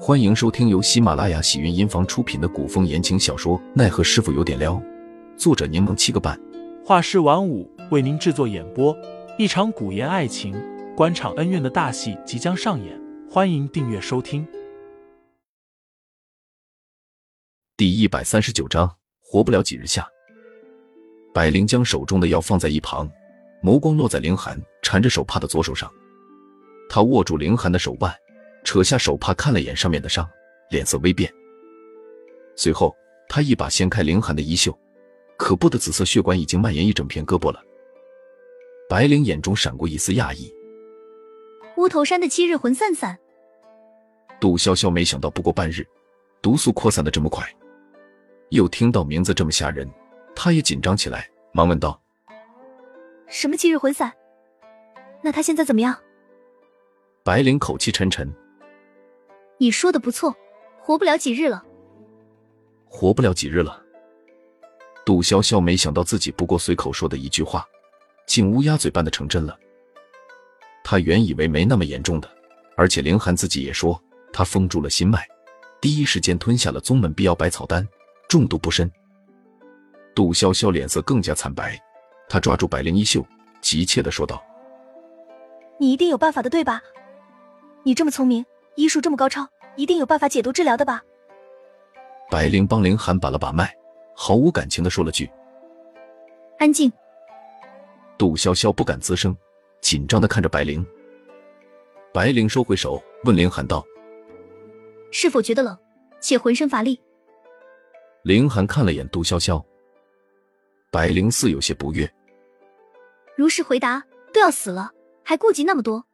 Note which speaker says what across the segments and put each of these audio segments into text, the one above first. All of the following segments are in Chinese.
Speaker 1: 欢迎收听由喜马拉雅喜云音房出品的古风言情小说《奈何师傅有点撩》，作者柠檬七个半，
Speaker 2: 画师晚舞为您制作演播。一场古言爱情、官场恩怨的大戏即将上演，欢迎订阅收听。
Speaker 1: 第一百三十九章，活不了几日下。百灵将手中的药放在一旁，眸光落在凌寒缠着手帕的左手上，他握住凌寒的手腕。扯下手帕，看了眼上面的伤，脸色微变。随后，他一把掀开凌寒的衣袖，可怖的紫色血管已经蔓延一整片胳膊了。白灵眼中闪过一丝讶异。
Speaker 3: 乌头山的七日魂散散，
Speaker 1: 杜潇潇没想到，不过半日，毒素扩散的这么快。又听到名字这么吓人，她也紧张起来，忙问道：“
Speaker 3: 什么七日魂散？那他现在怎么样？”
Speaker 1: 白灵口气沉沉。
Speaker 3: 你说的不错，活不了几日了。
Speaker 1: 活不了几日了。杜潇潇没想到自己不过随口说的一句话，竟乌鸦嘴般的成真了。她原以为没那么严重的，而且凌寒自己也说，她封住了心脉，第一时间吞下了宗门必要百草丹，中毒不深。杜潇潇脸色更加惨白，她抓住白灵衣袖，急切的说道：“
Speaker 3: 你一定有办法的，对吧？你这么聪明。”医术这么高超，一定有办法解毒治疗的吧？
Speaker 1: 白灵帮凌寒把了把脉，毫无感情的说了句：“
Speaker 3: 安静。”
Speaker 1: 杜潇潇不敢吱声，紧张的看着白灵。白灵收回手，问凌寒道：“
Speaker 3: 是否觉得冷，且浑身乏力？”
Speaker 1: 凌寒看了眼杜潇潇，白灵似有些不悦，
Speaker 3: 如实回答：“都要死了，还顾及那么多？”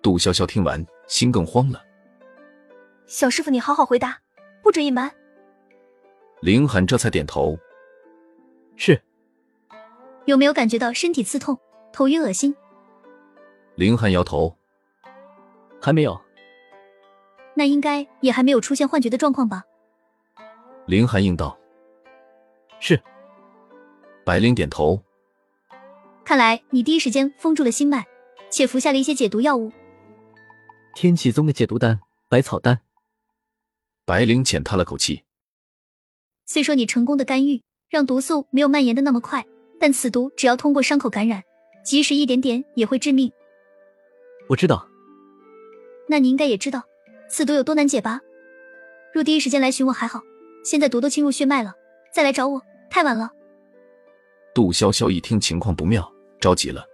Speaker 1: 杜潇潇听完，心更慌了。
Speaker 3: 小师傅，你好好回答，不准隐瞒。
Speaker 1: 林寒这才点头。
Speaker 2: 是。
Speaker 3: 有没有感觉到身体刺痛、头晕、恶心？
Speaker 1: 林寒摇头。
Speaker 2: 还没有。
Speaker 3: 那应该也还没有出现幻觉的状况吧？
Speaker 1: 林寒应道。
Speaker 2: 是。
Speaker 1: 白灵点头。
Speaker 3: 看来你第一时间封住了心脉。且服下了一些解毒药物，
Speaker 4: 天启宗的解毒丹、百草丹。
Speaker 1: 白灵浅叹了口气。
Speaker 3: 虽说你成功的干预，让毒素没有蔓延的那么快，但此毒只要通过伤口感染，即使一点点也会致命。
Speaker 4: 我知道。
Speaker 3: 那你应该也知道此毒有多难解吧？若第一时间来寻我还好，现在毒都侵入血脉了，再来找我太晚了。
Speaker 1: 杜潇潇一听情况不妙，着急了。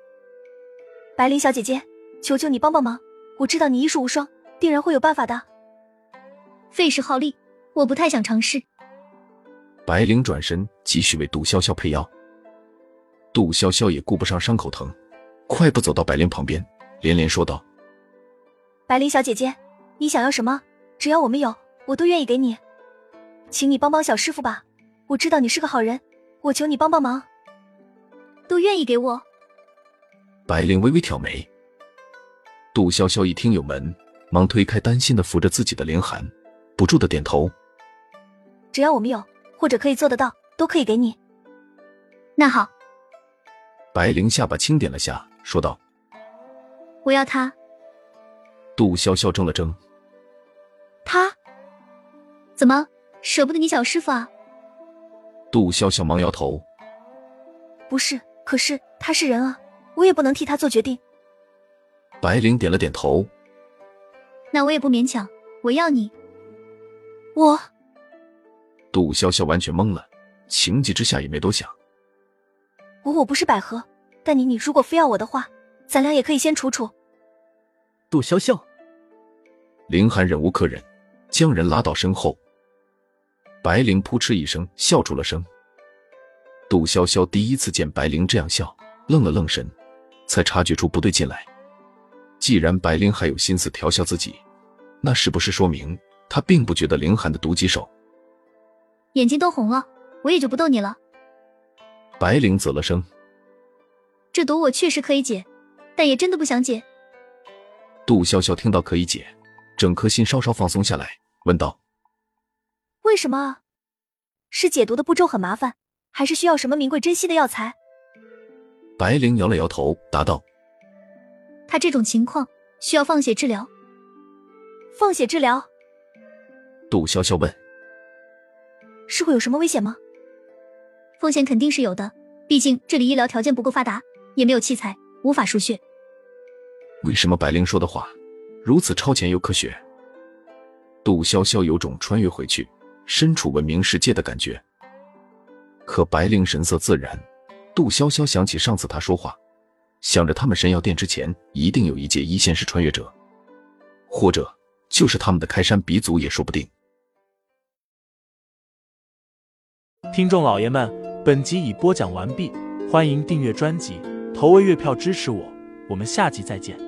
Speaker 3: 白灵小姐姐，求求你帮帮忙！我知道你医术无双，定然会有办法的。费时耗力，我不太想尝试。
Speaker 1: 白灵转身继续为杜潇潇配药，杜潇潇也顾不上伤口疼，快步走到白灵旁边，连连说道：“
Speaker 3: 白灵小姐姐，你想要什么？只要我们有，我都愿意给你。请你帮帮小师傅吧，我知道你是个好人，我求你帮帮忙。都愿意给我。”
Speaker 1: 白灵微微挑眉，杜潇潇一听有门，忙推开担心的扶着自己的凌寒，不住的点头。
Speaker 3: 只要我们有，或者可以做得到，都可以给你。那好，
Speaker 1: 白灵下巴轻点了下，说道：“
Speaker 3: 我要他。”
Speaker 1: 杜潇潇怔了怔：“
Speaker 3: 他怎么舍不得你小师傅啊？”
Speaker 1: 杜潇潇忙摇头：“
Speaker 3: 不是，可是他是人啊。”我也不能替他做决定。
Speaker 1: 白灵点了点头。
Speaker 3: 那我也不勉强，我要你。我。
Speaker 1: 杜潇潇完全懵了，情急之下也没多想。
Speaker 3: 我我不是百合，但你你如果非要我的话，咱俩也可以先处处。
Speaker 4: 杜潇潇。
Speaker 1: 凌寒忍无可忍，将人拉到身后。白灵扑哧一声笑出了声。杜潇潇第一次见白灵这样笑，愣了愣神。才察觉出不对劲来。既然白灵还有心思调笑自己，那是不是说明他并不觉得凌寒的毒棘手？
Speaker 3: 眼睛都红了，我也就不逗你了。
Speaker 1: 白灵啧了声：“
Speaker 3: 这毒我确实可以解，但也真的不想解。”
Speaker 1: 杜潇潇听到可以解，整颗心稍稍放松下来，问道：“
Speaker 3: 为什么啊？是解毒的步骤很麻烦，还是需要什么名贵珍稀的药材？”
Speaker 1: 白灵摇了摇头，答道：“
Speaker 3: 他这种情况需要放血治疗。”放血治疗
Speaker 1: 杜潇潇问。
Speaker 3: 是会有什么危险吗？
Speaker 5: 风险肯定是有的，毕竟这里医疗条件不够发达，也没有器材，无法输血。
Speaker 1: 为什么白灵说的话如此超前又科学？杜潇潇有种穿越回去、身处文明世界的感觉。可白灵神色自然，杜潇潇想起上次她说话，想着他们神药店之前一定有一届一线是穿越者，或者就是他们的开山鼻祖也说不定。
Speaker 2: 听众老爷们，本集已播讲完毕，欢迎订阅专辑，投喂月票支持我，我们下集再见。